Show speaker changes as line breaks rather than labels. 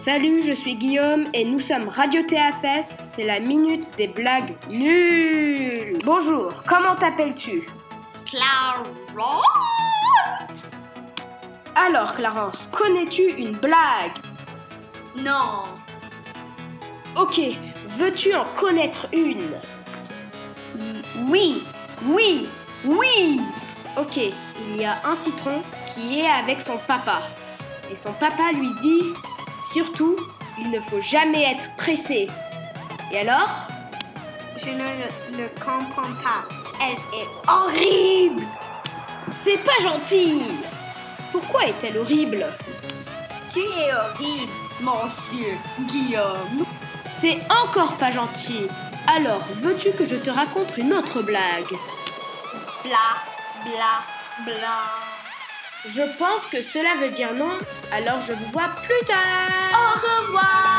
Salut, je suis Guillaume et nous sommes Radio TFS, c'est la minute des blagues nulles. Bonjour, comment t'appelles-tu
Clarence
Alors Clarence, connais-tu une blague
Non.
Ok, veux-tu en connaître une
Oui, oui, oui.
Ok, il y a un citron qui est avec son papa. Et son papa lui dit Surtout, il ne faut jamais être pressé. Et alors
Je ne le, le comprends pas. Elle est horrible.
C'est pas gentil Pourquoi est-elle horrible
Tu es horrible, monsieur Guillaume.
C'est encore pas gentil Alors, veux-tu que je te raconte une autre blague
Bla, bla, bla.
Je pense que cela veut dire non, alors je vous vois plus tard
Au revoir.